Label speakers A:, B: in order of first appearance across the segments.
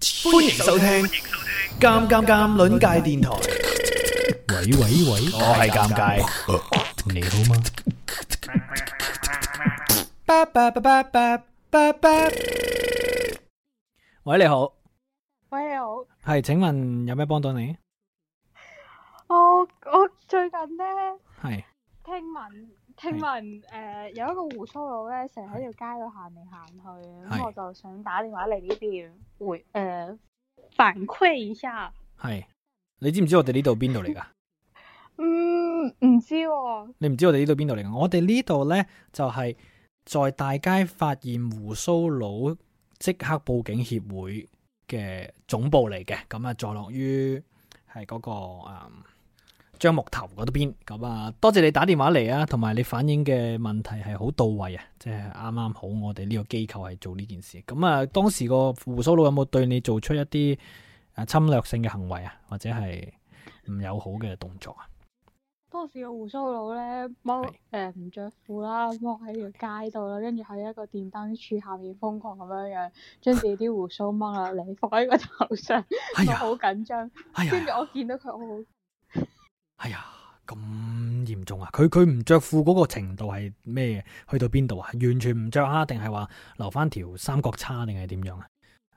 A: 歡迎收聽《尷尷尷》鄰界電台。
B: 喂喂喂，
A: 我係尷尬，
B: 你好嗎？
A: 巴巴巴巴巴巴巴。喂，你好，
C: 喂，你好，
A: 係請問有咩幫到你？
C: 我我最近咧
A: 係
C: 聽聞聽聞誒、呃有一個胡鬚佬咧，成日喺條街度行嚟行去，
A: 係
C: 咁我就想打電話嚟呢邊回誒、呃反饋一下。
A: 係，你知唔知我哋呢度邊度嚟㗎？
C: 嗯，唔知喎、
A: 你唔知我哋呢度邊度嚟㗎？我哋呢度呢，就係在大街發現胡鬚佬即刻報警協會嘅總部嚟嘅，咁啊坐落於係嗰個誒樟、木頭嗰邊。咁啊，多謝你打電話嚟啊，同埋你反映嘅問題係好到位啊，即係啱啱好我哋呢個機構係做呢件事。咁啊，當時個胡鬚佬有冇對你做出一啲誒侵略性嘅行為啊，或者係唔友好嘅動作啊？
C: 當時個胡鬚佬咧，踎誒唔着褲啦，踎喺條街度啦，跟住喺一個電燈柱下面瘋狂咁樣樣，將自己啲胡鬚掹落嚟放喺個頭上，
A: 哎
C: 我
A: 呀，
C: 好緊張。
A: 哎呀
C: 跟！住我見到佢，我好
A: 哎呀，咁嚴重啊！佢佢唔着褲嗰個程度係咩？去到邊度啊？完全唔着啊？定係話留翻條三角叉定係點樣啊？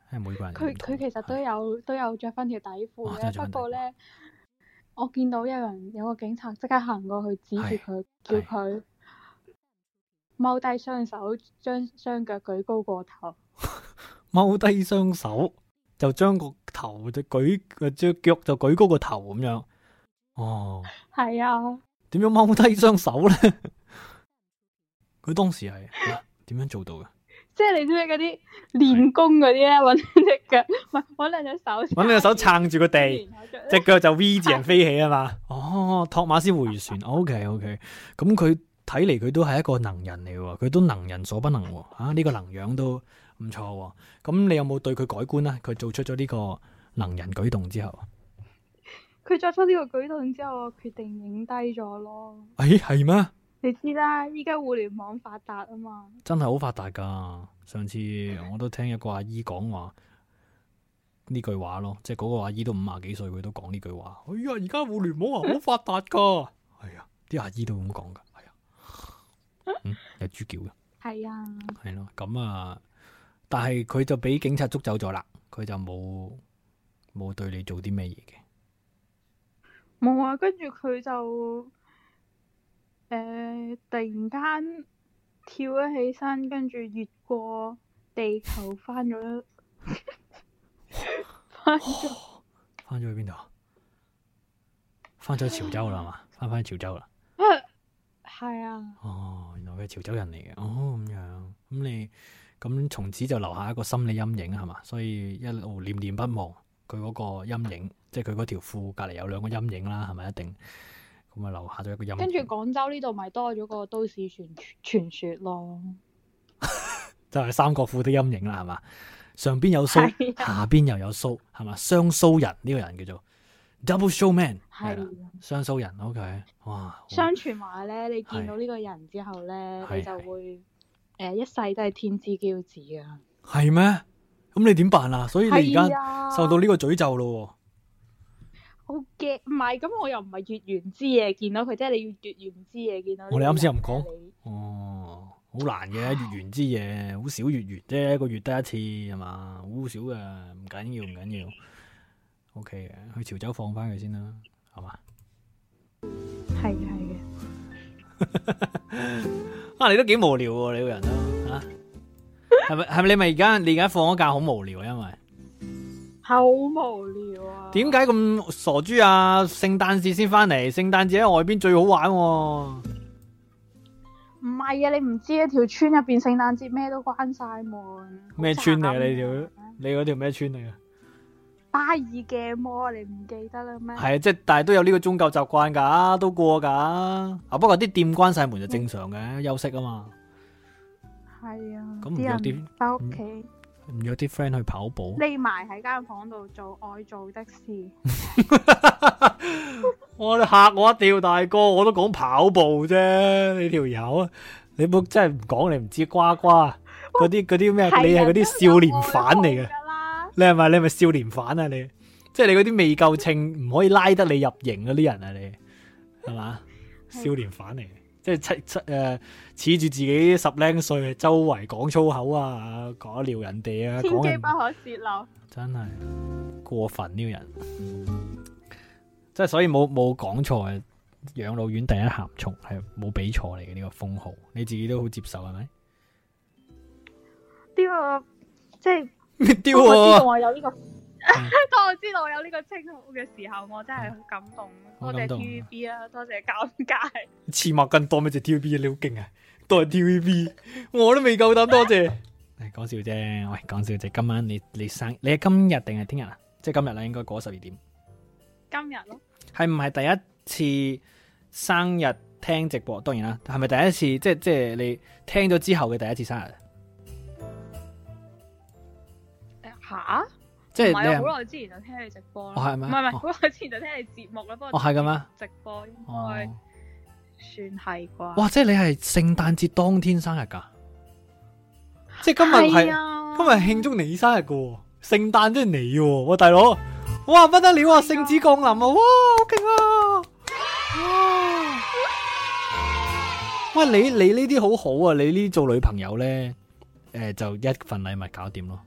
A: 係每個人
C: 佢
A: 唔同啊
C: 佢其實都
A: 係
C: 有都有着翻條底褲
A: 哦真係
C: 嘅，
A: 着
C: 不
A: 返底褲
C: 過咧，我見到有人有個警察即刻行過去指住
A: 係
C: 佢，叫
A: 係
C: 佢踎低雙手，將雙腳舉高過頭。
A: 踎低雙手，就將個頭就舉個隻腳就舉高個頭咁樣。哦，
C: 係啊，
A: 點樣踎低雙手咧？ 佢當時係啊點樣做到嘅？
C: 即係你知唔知嗰啲練功嗰啲咧，揾隻腳唔係揾兩隻手，
A: 揾兩隻手撐住個地。
C: 然後再
A: 只腳就 V 字人飛起啊嘛。哦，托馬斯回旋，OK OK。咁佢睇嚟佢都係一個能人嚟喎，佢都能人所不能喎。啊，呢、個能樣都唔錯喎。咁你有冇對佢改觀咧？佢做出咗呢個能人舉動之後，
C: 佢作出呢個舉動之後，我決定影低咗咯。
A: 誒哎係咩？
C: 你知啦，依家互聯網發達啊嘛，
A: 真係好發達㗎。上次我都聽一個阿姨講話呢句話咯，即係嗰個阿姨都五廿幾歲，佢都講呢句話。哎呀，而家互聯網啊，好發達㗎。係啊，啲阿姨都咁講㗎。係啊， 嗯，有豬叫嘅。
C: 係啊，
A: 系咯，咁啊，但係佢就俾警察捉走咗啦，佢就冇冇對你做啲咩嘢嘅。
C: 冇啊，跟住佢就誒、呃突然間跳咗起身，跟住越過地球翻咗，
A: 翻咗去邊度啊？翻咗潮州啦係嘛？翻返去潮州啦。
C: 係啊，
A: 哦，原來佢係潮州人嚟嘅。哦，咁樣，咁你咁從此就留下一個心理陰影係嘛？所以一路念念不忘佢嗰個陰影，即係佢嗰條褲隔離有兩個陰影啦，係咪一定？咁啊留下咗一個陰影。
C: 跟住廣州呢度咪多咗個都市傳傳說咯，
A: 就係三角褲的陰影啦，係嘛？上邊有鬚，
C: 係啊
A: 下邊又有鬚，係嘛？雙鬚人呢、個人叫做 double show man，係嗯啦，
C: 係啊
A: 雙鬚人。OK，哇，
C: 相傳話咧，你見
A: 係
C: 到呢個人之後咧，
A: 係
C: 你就
A: 係
C: 會誒、呃一世都係天之驕子啊！
A: 係咩？咁你點辦啊？所以你而
C: 係
A: 家
C: 啊，
A: 受到呢個詛咒咯
C: 好驚，唔係咁，我又唔係月圓之夜見到佢，即係你要月圓之夜見到呢
A: 我
C: 個
A: 哋
C: 人
A: 啱
C: 咧。
A: 先又唔講
C: 你
A: 喎。哦，好難嘅月圓之夜，好少月圓啫，一個月得一次係嘛？好少嘅，唔緊要唔緊要。OK 嘅，去潮州放翻佢先啦，係嘛？
C: 係嘅，係嘅。
A: 啊，你都幾無聊喎，你個人都嚇，係咪係咪你咪而家你而家放咗假好無聊啊？因為
C: 好無聊啊！
A: 點解咁傻豬啊？聖誕節先翻嚟，聖誕節喺外邊最好玩喎、
C: 唔係啊？你唔知啊？條村入邊聖誕節咩都關晒門。
A: 咩村嚟啊
C: 好慘
A: 你條你嗰條咩村嚟啊？
C: 巴爾嘅魔，你唔記得啦咩？
A: 係啊，即係但係都有呢個宗教習慣㗎，都過㗎。啊，不過啲店關晒門就正常嘅，休息啊嘛。
C: 係啊，
A: 咁唔
C: 啲
A: 約
C: 人
A: 啲
C: 翻屋企
A: 唔約啲 friend 去跑步。
C: 匿埋喺間房度做愛做的 事。
A: 我你吓我一跳，大哥，我都講跑步啫，你條友啊，你冇真係唔講，你唔知瓜瓜嗰啲嗰啲咩，
C: 係啊
A: 你係嗰啲少年犯嚟嘅，
C: 都有㗎啦，
A: 你係咪你係咪少年犯啊？你即係你嗰啲未夠稱，唔可以拉得你入營嗰啲人啊！你係嘛？
C: 係
A: 少年犯嚟，即係七七誒，恃住自己十零歲，周圍講粗口啊，講撩人哋啊，
C: 天
A: 講
C: 機
A: 人
C: 不可泄漏。
A: 真係過分呢個人，即係所以冇冇講錯嘅。養老院第一鹹蟲係冇俾錯嚟嘅呢個封號，你自己都好接受係咪？
C: 呢個即 係
A: 屌
C: 當我知
A: 我！嗯
C: 道我有呢個， 當我知道我有呢個稱號嘅時候，我真係好感動。
A: 好
C: 多
A: 感
C: 謝
A: 動
C: TVB 啊，多謝尷尬。
A: 次墨更多咩？隻 TVB 你好勁啊！多謝 TVB，我都未夠膽多 謝。誒講笑啫，喂，講笑啫。今晚你你生，你係今日定係聽日啊？即係今日啦，應該過咗十二點。
C: 今日咯，
A: 係唔係第一次生日聽直播？當然啦，係咪第一次？即係即係你聽咗之後嘅第一次生日？啊
C: 誒吓？
A: 即係
C: 唔
A: 你
C: 係我
A: 係
C: 好耐之前就聽你直播
A: 哦
C: 啦，
A: 係
C: 唔
A: 咩
C: 係唔係
A: 哦
C: 好耐之前就聽你節目啦，不
A: 哦
C: 過
A: 係咁啊？
C: 直播應
A: 哦，
C: 該算係啩。
A: 哇！即係你係聖誕節當天生日㗎？即係今日係。
C: 啊
A: 今日慶祝你生日嘅喎，聖誕即係你喎，我大佬，哇不得了啊！聖子降臨啊，哇好勁啊！哇，喂你你呢啲好好啊，你呢啲做女朋友咧，誒、就一份禮物搞掂咯，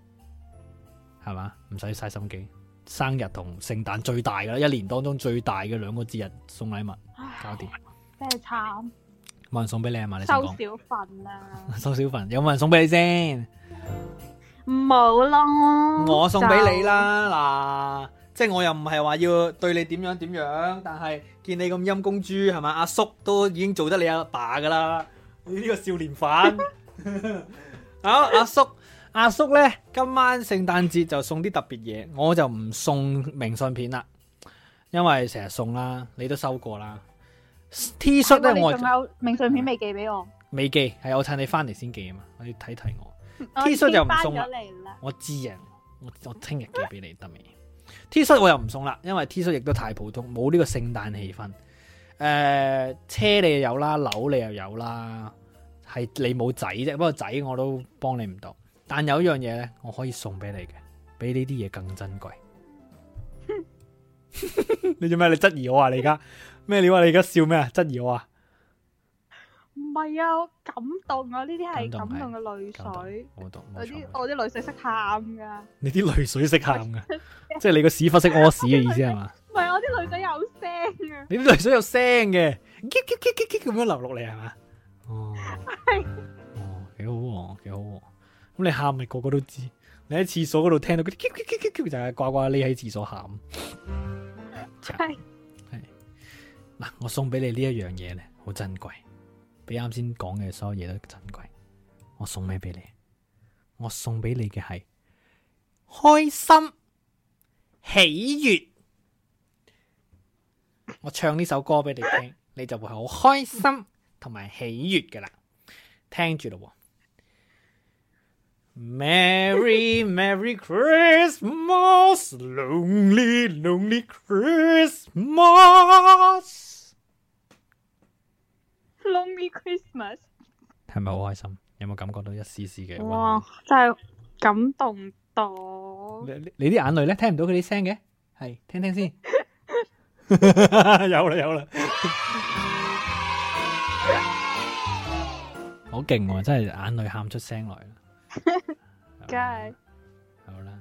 A: 係嘛？唔使嘥心機，生日同聖誕最大噶啦，一年當中最大嘅兩個節日送禮物搞掂，
C: 真係慘，
A: 冇人送俾你係嘛？你先
C: 收
A: 講
C: 少份啦，
A: 收少份，有冇人送俾你先？
C: 冇咯。
A: 我送俾你
C: 哦
A: 啦，嗱，即系我又唔係話要對你點樣點樣，但係見你咁陰公豬係咪？阿叔都已經做得你阿爸噶啦，你呢個少年 犯。好，阿叔，阿叔呢，今晚聖誕節就送啲特別嘢，我就唔送明信片啦，因為成日送啦，你都收過啦。T 恤
C: 就。不過
A: 呢，
C: 你
A: 我
C: 仲有明信片未寄俾我
A: 未寄，係我趁你翻嚟先寄啊嘛，我要睇睇我。T 恤就唔送啦
C: 我已經翻咗嚟啦。
A: 我知啊，我我聽日寄俾你得未？T 恤我又唔送啦，因為 T 恤亦都太普通，冇呢個聖誕氣氛。誒、車你又有啦，樓你又有啦，係你冇仔啫。不過仔我都幫你唔到，但有一樣嘢咧，我可以送俾你嘅，比呢啲嘢更珍 貴。你做咩？你質疑我啊？你而家咩料啊？你而家笑咩啊？質疑我啊？
C: 唔係啊，我感動啊！呢啲係
A: 感動
C: 感動嘅淚水，
A: 我讀冇
C: 我啲
A: 錯
C: 我啲淚水識喊噶。
A: 你啲淚水識喊噶， 即係你個屎忽識屙屎嘅意思係嘛？
C: 唔係我啲女仔有聲啊，
A: 你啲淚水有聲嘅，嘰嘰嘰嘰嘰咁樣流落嚟係嘛？哦，
C: 係
A: 哦，幾好喎，幾好喎。咁你喊咪個個都知，你喺廁所嗰度聽到嗰啲嘰嘰嘰嘰嘰就係呱呱匿喺廁所喊。
C: 係
A: 嗱，我送俾你呢一樣嘢咧，好珍貴，比啱先講嘅所有嘢都珍貴。我送咩俾你？我送俾你嘅係開心、喜悦。我唱呢首歌俾你聽，你就會好開心同埋喜悦噶啦。聽住咯喎，Merry Merry Christmas，Lonely Lonely Christmas。
C: Lonely Christmas。
A: 系咪好開心？有冇感覺到一絲絲嘅溫
C: 哇
A: 暖？！
C: 真係感動到。
A: 你你你啲眼淚咧，聽唔到佢啲聲嘅，係聽聽先。 有啦有啦，好勁喎！真係眼淚喊出聲來啦。
C: 梗係
A: 好啦，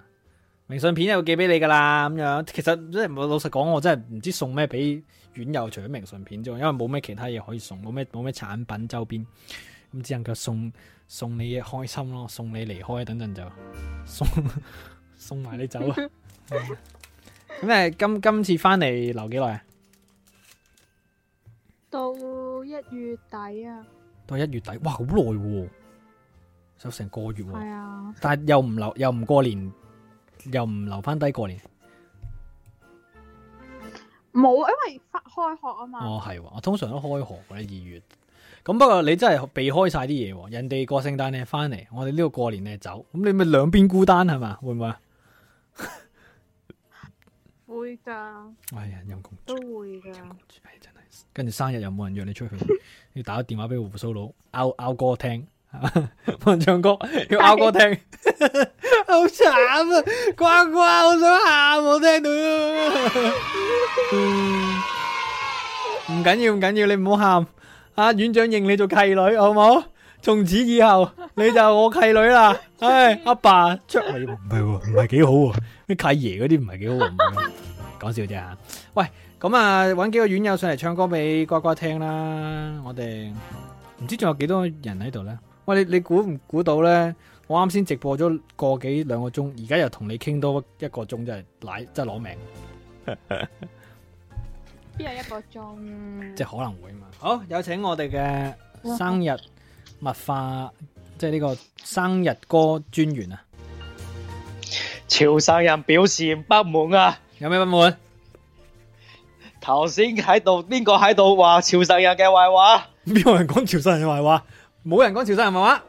A: 明信片又寄俾你噶啦，咁樣其實即係老實講，我真係唔知送咩俾院友，除咗明信片之外，因為冇咩其他嘢可以送，冇咩冇咩產品周邊，咁只能夠送送你嘢開心咯，送你離開，等陣就 送送埋你走 啊！咁誒，今今次翻嚟留幾耐啊？
C: 到一月底啊，
A: 到一月底，哇，好耐喎，有成個月喎，
C: 係啊，
A: 但係又唔留，又唔過年，又唔留翻低過年。
C: 冇，因為發開學啊嘛，
A: 哦，係喎，我通常都開學嘅二月。咁不過你真係避開晒啲嘢喎，人哋過聖誕你係翻嚟，我哋呢度過年你係走，咁你咪兩邊孤單係嘛？會唔會啊？
C: 會㗎，
A: 哎呀，陰公
C: 都會㗎。
A: 豬，唉真係。跟住生日又冇人約你出去， 要打個電話俾 胡鬚佬，拗拗歌聽，冇人唱歌，要拗歌聽。 好惨啊！呱呱，我想喊，我聽到。 唔緊要，唔緊要，你唔好喊。啊，院長認你做契女，好唔好？從此以後，你就係我契女啦。唉，阿爸出嚟唔係喎，唔係幾好喎。啲契爺嗰啲唔係幾好喎。唔係講笑啫嚇。喂，咁啊，揾幾個院友上嚟唱歌俾呱呱聽啦。我哋唔知仲有幾多人喺度咧？喂，你你估唔估到咧？我啱先直播咗個幾兩個鐘，而家又同你傾多一個鐘，真係奶真係攞命，
C: 邊有一個鐘？
A: 即係可能會嘛。好，有請我哋嘅生日物化，即係呢個生日歌專員啊！
D: 潮汕人表示不滿啊！
A: 有咩不滿？
D: 頭先喺度邊個喺度話潮汕人嘅壞話？
A: 邊有人講潮汕人壞話？冇人講潮汕人壞話。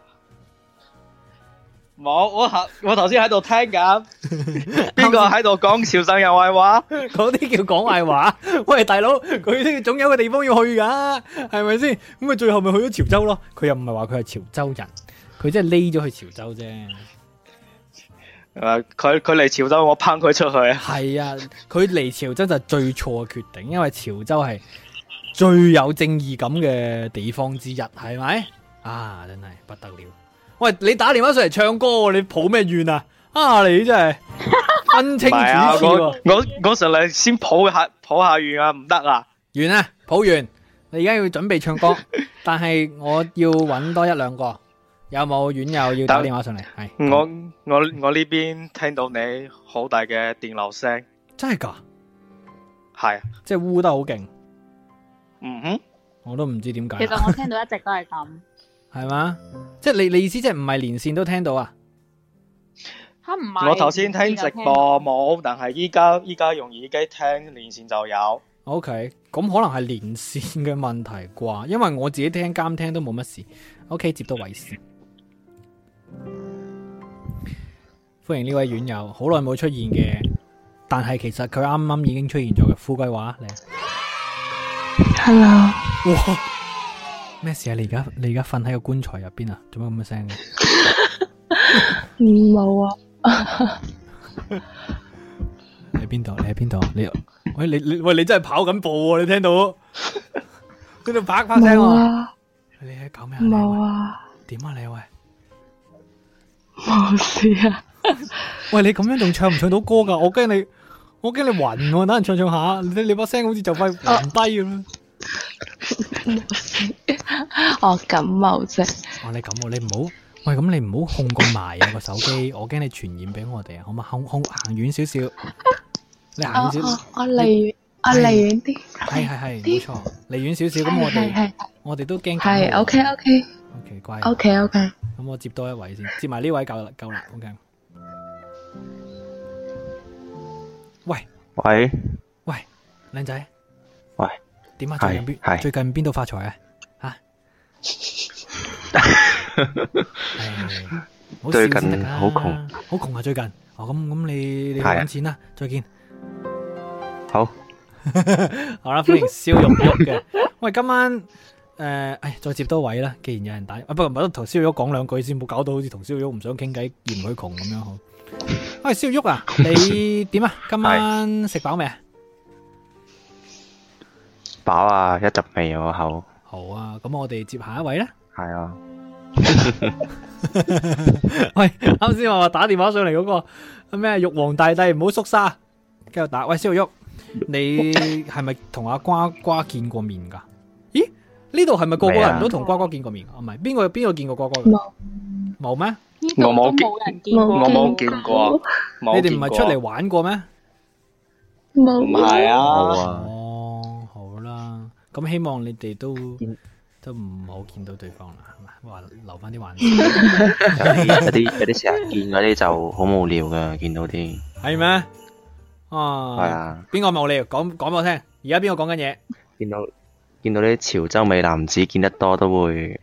D: 冇，我頭我頭先喺度聽緊， 邊個喺度講潮汕人壞話？
A: 嗰啲叫講壞話。喂，大佬，佢都總有個地方要去噶，係咪先？咁咪最後咪去咗潮州咯。佢又唔係話佢係潮州人，佢即係匿咗去潮州啫。
D: 誒，啊佢佢嚟潮州，我抨佢出去。
A: 係啊，佢嚟潮州就係最錯嘅決定，因為潮州係最有正義感嘅地方之一，係咪？啊，真係不得了！喂，你打電話上嚟唱歌喎，你抱咩怨啊？啊，你真係分清
D: 唔
A: 主次
D: 係啊，我
A: 喎、
D: 我我上嚟先抱下抱下完啊，唔得啊！
A: 完啦，抱完，你而家要準備唱歌，但係我要揾多一兩個，有冇院友要打電話上嚟？係
D: 我我我呢邊聽到你好大嘅電流聲，
A: 真係㗎，
D: 係，啊
A: 即係污得好勁，
D: 嗯哼，
A: 我都唔知點解
C: 其，實我聽到一直都係咁。
A: 係嘛？即係你你意思即係唔係連線都聽到啊？
C: 吓唔係？
D: 我頭先聽直播冇，但係依家依家用耳機聽連線就有。
A: O K，咁可能係連線嘅問題啩，因為我自己聽監聽都冇乜事。O、k 接到為先。歡迎呢位院友，好耐冇出現嘅，但係其實佢啱啱已經出現咗嘅。富貴話嚟，
C: Hello，
A: 哇！咩事啊？你而家你而家瞓喺個棺材入邊啊？做乜咁嘅聲嘅？
C: 冇啊，
A: 你喺邊度？你喺邊度？你喂你你喂你真係跑緊步喎！你聽到？聽到啪啪聲
C: 冇
A: 喎！
C: 啊，
A: 你喺搞咩啊？你
C: 冇
A: 喂
C: 啊，
A: 點啊？你喂？
C: 冇事啊。
A: 喂，你咁樣仲唱唔唱到歌噶？我驚你，我驚你暈喎！等陣唱唱下，你你把聲好似就快
C: 啊
A: 暈低咁啦。
E: 我感冒啫，
A: 哇！哦你咁喎，你唔好，喂，咁你唔好控咁埋啊個手機，我驚你傳染俾我哋啊！好嘛，控控行遠少少，你
E: 我
A: 行遠
C: 哦
A: 少，
E: 哦我我離遠，我離遠啲，
A: 係係係，冇錯，離遠少少，咁我
E: 係
A: 哋
E: 係
A: 我哋都驚感
E: 係
A: 冒。
E: ，OK OK
A: OK，乖。
E: OK OK，
A: 咁我接多一位先，接埋呢位夠啦，夠啦。OK。喂
F: 喂，
A: 喂，靚仔，
F: 喂，
A: 點啊？最近邊
F: 係
A: 最近邊度發財啊？ 吓？唉好笑
F: 最近
A: 先得㗎
F: 好窮，
A: 好窮啊！最近哦，咁咁你你
F: 係啊
A: 揾錢啦，再見。
F: 好，
A: 好啦，歡迎燒肉喐 嘅。喂，今晚誒，唉、再接多位啦。既然有人打，啊，不過唔係同燒肉喐講兩句先，冇搞到好似同燒肉喐唔想傾偈，嫌佢窮咁樣好。喂，燒肉 喐啊，你點啊？今晚食飽未啊？
F: 飽啊，一陣味我口，
A: 好啊，咁我哋接下一位啦。
F: 係啊，
A: 喂，啱先話打電話上嚟嗰、個咩啊玉皇大帝唔好縮沙，繼續打。喂，燒肉喐，你係咪同阿瓜瓜見過面㗎？咦，呢度係咪個個
F: 未啊
A: 人都同瓜瓜見過面？啊唔係，邊個邊個見過瓜瓜㗎？
E: 冇
A: 冇咩？
C: 呢度
D: 我冇
C: 都
D: 見
C: 冇人見過，
D: 我冇見過，冇
A: 你哋唔
D: 見過
A: 係出嚟玩過咩？
D: 唔
E: 冇
D: 係
F: 好
D: 啊，
F: 啊，
A: 哦，好啦，咁希望你哋都都唔好見到對方啦，係嘛？話留翻啲玩笑，
F: 有啲有啲有啲成日見嗰啲就好無聊噶，見到啲
A: 係咩？啊，
F: 係
A: 係。
F: 啊，
A: 邊個無聊？講講俾我聽。而家邊個講緊嘢？
F: 見到見到啲潮州美男子見得多都會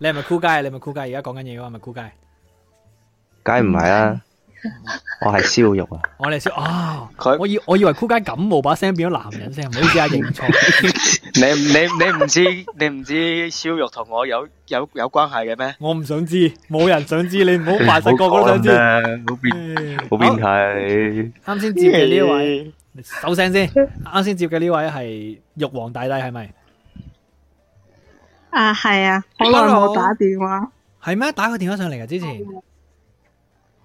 A: 你係咪酷街？你係咪酷街？而家講緊嘢嘅話，係咪酷街？
F: 梗係唔係啦，我系烧肉啊，
A: 我哋先啊，
D: 佢
A: 我以我以為酷街感冒把聲變咗男人聲，唔好意思啊，認 錯。
D: 你你你唔知你唔知烧肉同我有有有关系嘅咩？
A: 我唔想知，冇人想知，你唔好扮晒個個都想知。
F: 啦，好变
A: 唉
F: 好变态
A: 啱先接嘅呢位，你收聲先。啱先接嘅呢位係玉皇大帝係咪？
C: 啊，系啊，好耐
A: Hello
C: 冇打電話。
A: 係咩？打個電話上嚟嘅之前，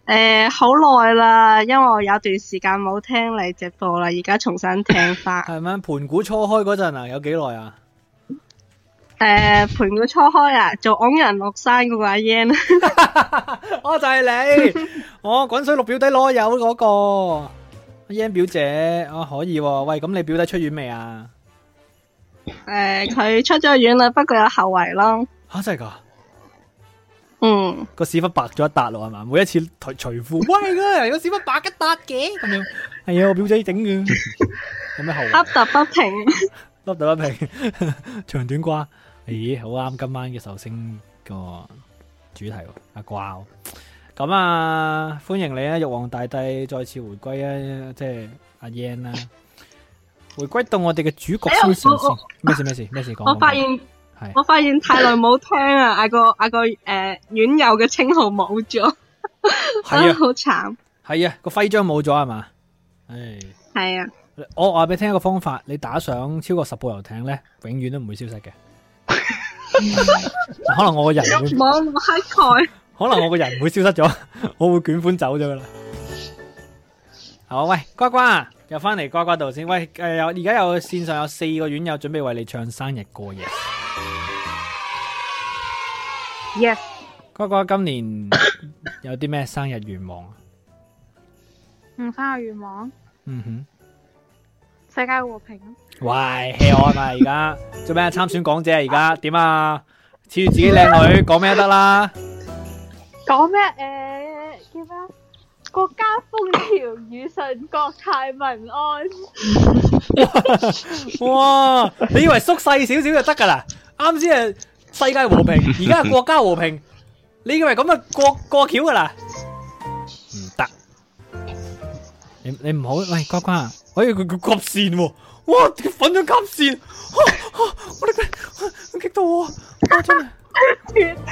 C: 诶、好耐啦，因為我有段時間冇聽你直播啦，而家重新聽 翻。
A: 係咩？盤古初開嗰陣啊，有幾耐啊？
C: 诶、陪佢初開啊，做昂人落山嗰個阿 Yan，啊
A: 我就係你，我滾水六表弟攞友嗰個阿 Yan 表姐，啊可以喎。喂，咁你表弟出院未啊？
C: 诶，佢出咗院啦，不過有後遺咯。
A: 吓真係㗎？
C: 嗯，
A: 個屎忽白咗一笪咯，係嘛？每一次除除 褲，喂，嗰個個屎忽白一笪嘅咁樣，係啊，我表姐整嘅，有咩後 遺
C: 凹凸不 平。
A: 粒到 一平，長短瓜，咦，好啱今晚嘅壽星個主題喎，阿瓜喎。咁啊，歡迎你啊，玉皇大帝再次回歸啊，即係阿 Yan 啦、回歸到我哋嘅主角身上先
C: 哎呀，
A: 咩事咩事咩事講。
C: 我發現
A: 係
C: 我發現太耐冇聽啊，阿個阿個诶院友嘅稱號冇咗，
A: 係啊
C: 好慘。
A: 係啊，個徽章冇咗係嘛？唉。
C: 係啊，
A: 我話俾你聽一個方法，你打上超過十部遊艇咧，永遠都唔會消失嘅。 可能我個人會，
C: 網絡乞丐。
A: 可能我個人會消失咗， 我會捲款走咗噶啦。好，喂，呱呱，又翻嚟呱呱度先。喂，誒、有而家有線上有四個院友準備為你唱生日過夜。
C: Yes，
A: 呱呱今年有啲咩生日願望啊？
C: 唔翻個願望，
A: 嗯哼。
C: 世界和平。
A: 喂，hea 我啊嘛而家做咩啊？參選港姐啊而家點啊？恃住自己靚女講咩都得啦，
C: 講咩？诶，叫咩？啊國家風調雨順，國泰民安。
A: 哇！你以為縮細少少就得㗎啦？啱先係世界和平，而家係國家和平，你以為咁啊過過橋㗎啦？唔得，你你唔好喂呱呱，哎佢佢夾線喎，哇粉咗夾線，啊啊我哋激到我，我真係〜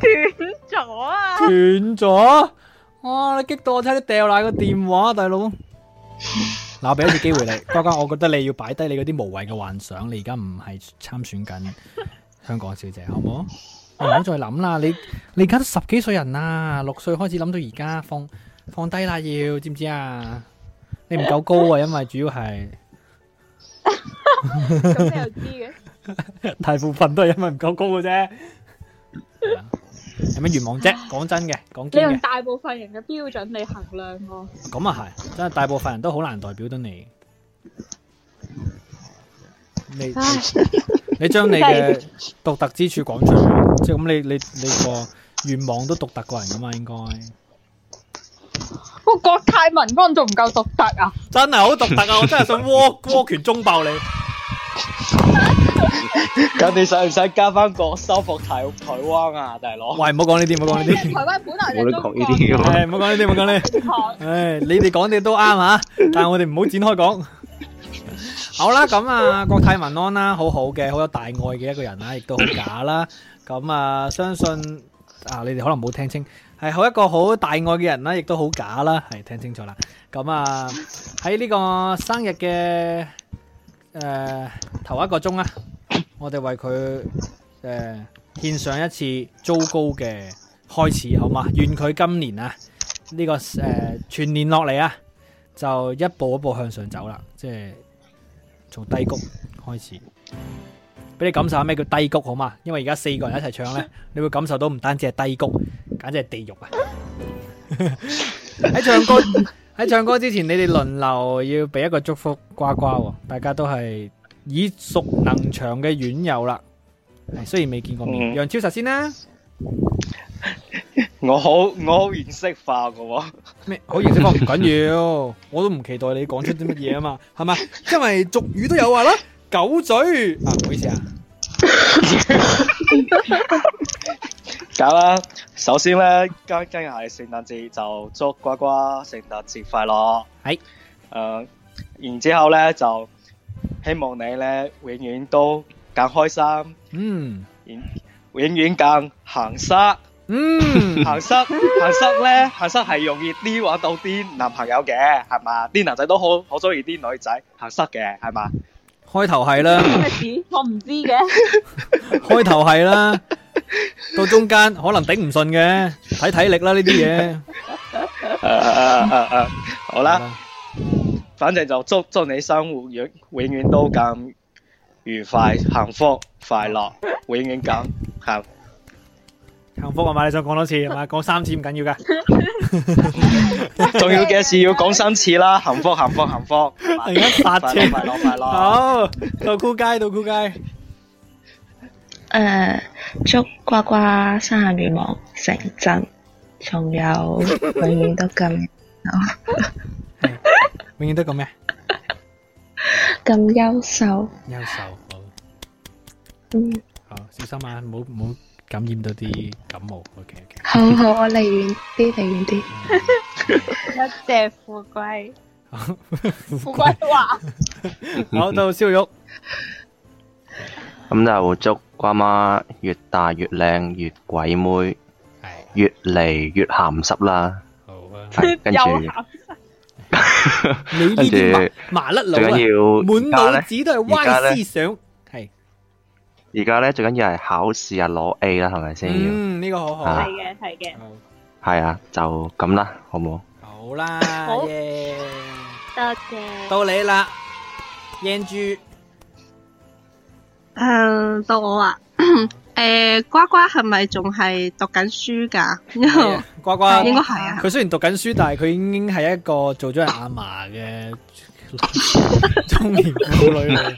C: 斷咗啊！
A: 断咗，哇！你激到我差啲掉爛個電話，大佬。嗱，我俾一次機會你， 乖乖，我覺得你要擺低你嗰啲無謂嘅幻想，你而家唔係參選緊香港小姐，好唔好？你唔好再諗啦，你你而家都十幾歲人啦，六歲開始諗到而家，放放低啦，要知唔知啊？你唔夠高啊，因為主要係
C: 咁你又知嘅？
A: 大部分都係因為唔夠高嘅啫。係啊有咩願望啫？講真嘅，講
C: 你
A: 堅嘅
C: 用。大部分人嘅標準嚟衡量我。
A: 咁啊係，真係大部分人都好難代表到你。你你
C: 唉，
A: 你將你嘅獨特之處講出嚟，即係咁你你你個願望都獨特過人噶嘛，應該
C: 個哦國泰民安仲唔夠獨特啊？
A: 真係好獨特啊！我真係想窩窩拳中爆你。
D: 咁你使唔使加翻個收復台台灣啊，大佬？
A: 喂，唔好講呢啲，唔好講 呢
C: 台
A: 啲，
C: 灣本來
F: 冇
C: 就
F: 得
C: 中
F: 講
C: 國
F: 呢啲嘅。
A: 誒唔好講呢啲，唔好講呢啲。
C: 韓
A: 唉，你哋講嘅都啱吓，但係我哋唔好展開講。好啦，咁啊，國泰民安啦，好好嘅，好有大愛嘅一個人啦，亦都好假啦。咁啊，相信啊，你哋可能冇聽清，係好一個好大愛嘅人啦，亦都好假啦，係聽清楚啦。咁啊，喺呢個生日嘅诶、呃頭一個鐘啊，我哋為佢诶獻上一次糟糕嘅開始，好嘛？願佢今年啊〜呢、個个呃全年落嚟啊，就一步一步向上走啦，即係從低谷開始，俾你感受下咩叫低谷好嘛？因為而家四個人一齊唱呢，你會感受到唔單止係低谷，簡直係地獄啊！ 喺唱歌喺唱歌之前，你哋輪流要俾一個祝福呱呱喎，大家都係耳熟能詳嘅院友啦。係雖然未見過面，
D: 嗯
A: 楊超實先啦，
D: 我好我好形式化嘅喎，
A: 咩好 形式化唔緊要，我都唔期待你講出啲乜嘢啊嘛，係咪？因為俗語都有 話啦，狗嘴啊，唔好意思啊，
D: 搞啦！首先咧，今今日係聖誕節，就祝瓜瓜聖誕節快樂。
A: 係
D: 誒、Ờ, 然之後咧就希望你咧永遠都更開心，
A: 嗯
D: 永遠更行塞。
A: 嗯，
D: 行塞行塞咧，行塞係容易啲揾到啲男朋友嘅，係嘛？啲男仔都好好中意啲女仔行塞嘅，係嘛？
A: 開頭係啦，
C: 咩事？我唔知嘅。
A: 開頭係啦，到中間可能頂唔順嘅，睇體力啦呢啲嘢。
D: 誒誒誒誒，好啦。反正就祝祝你生活永永远都咁愉快、幸福、快樂，永遠咁幸。
A: 幸福啊嘛，你想講多次係嘛？講三次唔緊要噶。
D: 重要嘅事要講三次啦，幸福、幸福、幸福，
A: 突然間
D: 快
A: 發
D: 樂、
A: 車，
D: 快樂、快樂。
A: 好到酷街，到酷街。
E: 诶，祝瓜瓜生日願望成真，仲有永遠都咁
A: 永遠都咁咩？
E: 咁優秀。
A: 優秀好，
E: 嗯，
A: 好小心啊，唔好唔好感染到啲感冒。OK OK。
E: 好好，我離遠啲，離遠啲。
C: 一隻富貴，富
A: 好，
C: 貴話
A: 到燒肉。
F: 咁就祝瓜媽越大越靚越鬼妹，
A: 係
F: 越嚟越鹹濕啦。
A: 好啊。
F: 係跟
C: 又
F: 住
C: 鹹
A: 你呢啲麻麻甩佬
F: 最緊
A: 啊，滿
F: 要
A: 腦
F: 而家咧，
A: 子都係歪思想。係，
F: 而家咧最緊要係考試啊攞 à, A 啦，係咪先要？
A: 嗯，呢個好好。
C: 係
F: 啊
C: 嘅，係嘅。
A: 好
F: 係啊，就咁啦，好冇？
A: 好啦，
C: 好
A: 耶，
C: 多謝。
A: 到你啦，英豬。
G: 诶，到我啊！ 诶，瓜瓜係咪仲係讀緊書㗎？
A: 係 啊呱呱，
G: 應該係啊。
A: 佢雖然讀緊書，但係佢已經係一個做咗人阿嫲 嘅中年婦女 嚟。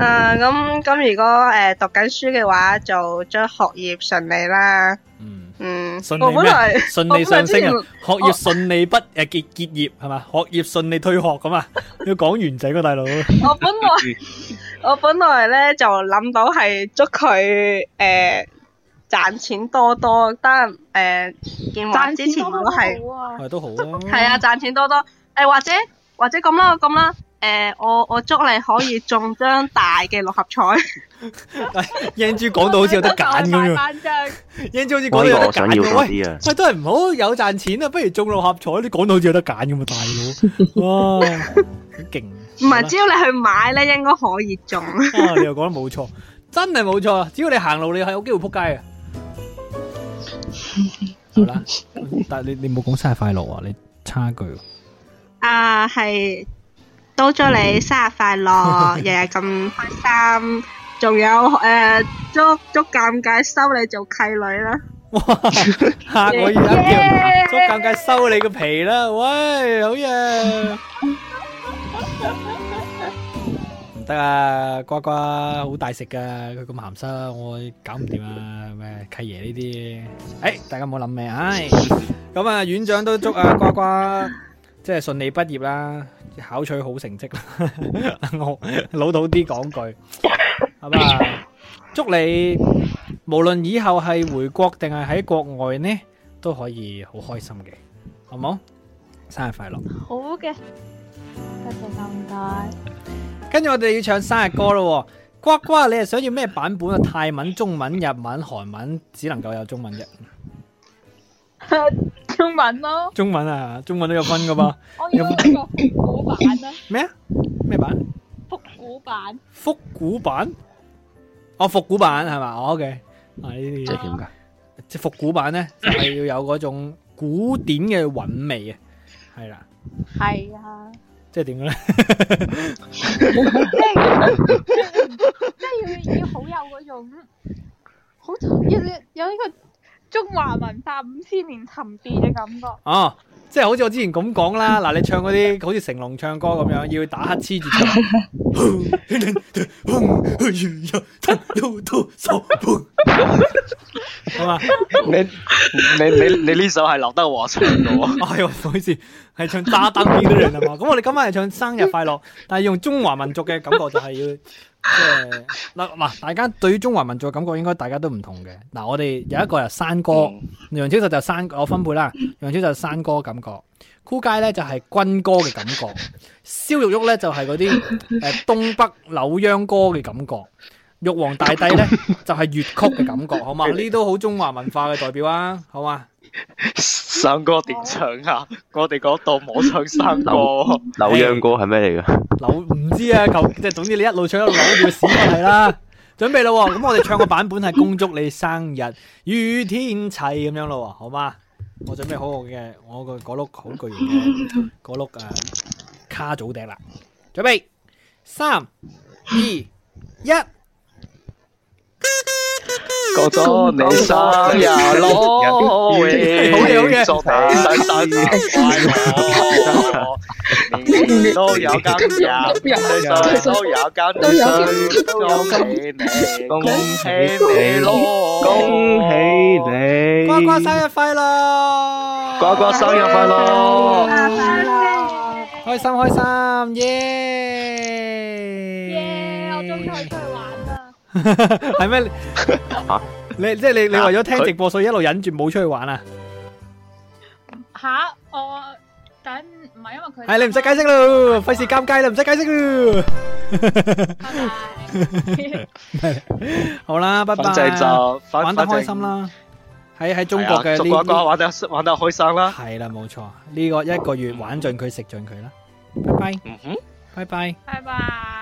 G: 诶，呃咁咁如果呃诶读紧书嘅話，就將學業順利啦。
A: 嗯，
G: 嗯，
A: 順
G: 我
A: 利
G: 本
A: 咩
G: 來？
A: 順利上升
G: 我
A: 啊！學業順利畢誒結結業係嘛？學業順利退學咁啊！要講完整啊，大佬。
G: 我本來我本來咧就諗到係祝佢诶赚钱多多，但诶建華
C: 賺
G: 之前
C: 錢
G: 如
C: 多
G: 果
C: 都
G: 係。
C: 好啊！
A: 係都好啊。
G: 系啊，賺錢多多。诶、或者或者咁啦，咁啦。诶、我我祝你可以中張大嘅六合 彩。
A: 英豬哎講到好似有得揀咁樣。
C: 大班章
A: 英豬好似講
F: 我
A: 到
F: 呢
A: 有
F: 個
A: 得
F: 我想
A: 揀
F: 要
A: 喎
F: 多
A: 喂。
F: 啲啊！
A: 喂，都係唔好有賺錢啊，不如中六合彩，你講到好似有得揀咁啊，大佬，哇，好勁！
G: 唔係，只要你去買咧，應該可以 中。
A: 啊，你又講得冇錯，真係冇錯啊！只要你行路，你係有機會扑街嘅。好啦，但系你你冇講生日快樂啊，你差距喎。
G: 啊，係都祝你生日快 樂，日日咁開心。仲有诶、誒祝祝尷尬收你做契女啦。
A: 哇！ 吓我而家叫足尷尬收你個皮啦！喂，好嘢！唔得啊，瓜瓜好大食噶，佢咁鹹濕，我搞唔掂啊！咩契爺呢啲？诶，大家唔好諗咩，唉，咁啊，院長都祝啊瓜瓜即係順利畢業啦，考取好成 績啦。我老土啲講句，咁啊，祝你無論以後係回國定係喺國外呢，都可以好開心嘅，好冇？生日快樂！
C: 好嘅，多謝咁多。
A: 跟住我哋要唱生日歌咯，呱呱，你係想要咩版本啊？泰文、中文、日文、韓文，只能夠有中文啫。
C: 中文咯，
A: 中文啊，中文都有分噶噃。
C: 我要嗰個復古版啦，
A: 咩啊？咩版？
C: 復古版
A: 復古版？哦，復古版係嘛？哦，OK，啊呢
F: 即係
A: 啲
F: 點㗎？
A: 即係復古版咧，就係要有嗰種古典嘅韻味啊，係啦，
C: 係啊，
A: 即係點嘅咧？
C: 即係即係要要好有嗰種，好有有呢個中華文化五千年沉澱嘅感覺。
A: 哦，即係好似我之前咁講啦，嗱，你唱嗰啲好似成龍唱歌咁樣，要打乞嗤住唱。好嘛？
D: 你你你你呢首係劉德華唱嘅喎，
A: 哎呦，唔好意思，係唱揸燈啲人啊嘛。咁我哋今晚係唱生日快樂，但係用中華民族嘅感覺，就係要即系嗱嗱，大家對於中華民族嘅感覺應該大家都唔同嘅。嗱，我哋有一個係山歌，
D: 嗯
A: 楊超就就山我分配啦，楊超就山歌感覺，酷街咧就係軍歌嘅感覺，燒肉喐咧就係嗰啲诶東北扭秧歌嘅感覺，玉皇大帝咧就係粵曲嘅感覺，好嘛？呢啲都好中華文化嘅代表啊，好嘛？
D: 生哥點唱啊？我哋嗰度冇唱生哥，
F: 扭秧歌係咩嚟㗎？
A: 扭唔知啊，求 即係總之你一路唱一路扭住屎係啦。 準備咯喎，咁我哋唱個版本係恭祝你生日與天齊咁樣咯喎，好嘛？我準備好我嘅我個嗰碌好巨型 嘅嗰碌誒卡祖笛啦，準備三二一，
D: 過咗你生日咯，喂
A: 好嘢好嘢
D: 祝你生生日快樂，年年都有今日，歲歲都有今日，恭喜你，恭喜你咯，
F: 你
A: 呱呱生日快樂，
D: 呱呱生日快樂！
G: 拜拜啦！
A: 開心開心，耶！
C: 耶！我終於可以出去玩啦。
A: 係咩？
F: 嚇
A: 你即係你你為咗聽直播所以一路忍住冇出去玩啊？
C: 吓，我等唔係因為佢。
A: 係你唔使解釋咯，費事尷尬啦，唔使 解釋咯。
C: 拜拜。
A: 好啦，拜拜
D: 反。正就反
A: 玩得
D: 反正
A: 開心啦，喺喺中國嘅
D: 係啊祝呱呱
A: 呢
D: 玩得玩得開心啦。
A: 係啦，冇錯，呢個一個月玩盡佢食盡佢啦，拜拜
D: 嗯哼，
A: 拜拜，
C: 拜拜。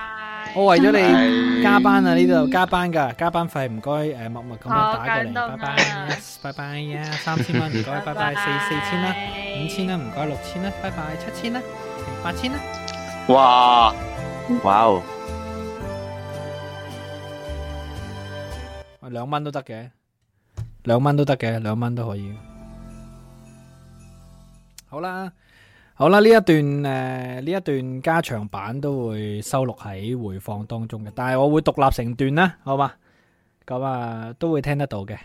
A: 我為咗你
D: 係
A: 加班啊，呢度加班㗎，加班費唔該誒默默咁樣
C: 好
A: 打過嚟，
C: 感
A: 拜
C: 動啊
A: 拜，yes，拜拜呀，三千蚊唔該，拜拜，四四千啦，五千啦，唔該，六千啦，拜拜，七千啦，成八千啦。
D: 哇！
F: 哇哦！
A: 两蚊都得嘅，两蚊都得嘅，两蚊都可以。好啦，好啦，呢一段诶，呢、一段加長版都會收錄喺回放當中嘅，但係我會獨立成段啦，好嘛？咁啊，都會聽得到嘅。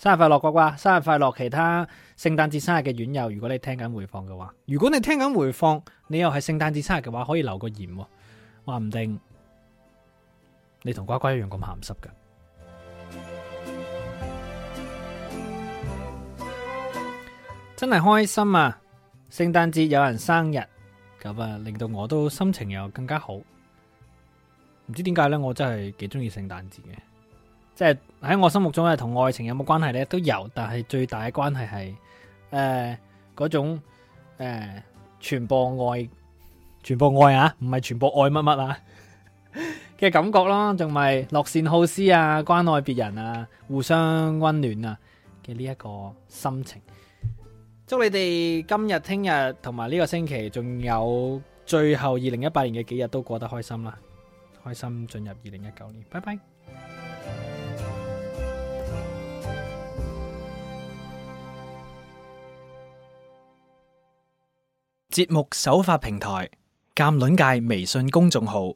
A: 生日快樂，呱呱！生日快樂！其他聖誕節、生日嘅院友，如果你聽緊回放嘅話，如果你聽緊回放，你又係聖誕節、生日嘅話，可以留個言喎，話唔定你同呱呱一樣咁鹹濕㗎。真係開心啊！聖誕節有人生日，咁啊令到我都心情又更加好。唔知點解呢，我真係幾中意聖誕節嘅，即係喺我心目中係同愛情有冇關係呢？都有，但係最大嘅關係係誒嗰種誒傳播愛，傳播愛啊，唔係傳播愛乜乜啊 嘅感覺咯，仲咪樂善好施啊，關愛別人啊，互相温暖啊嘅呢一個心情。祝你哋今日、聽日同埋呢個星期，仲有最後二零一八年嘅幾日都過得開心啦，開心進入二零一九年，拜拜。節目首發平台：鑑論界微信公眾號。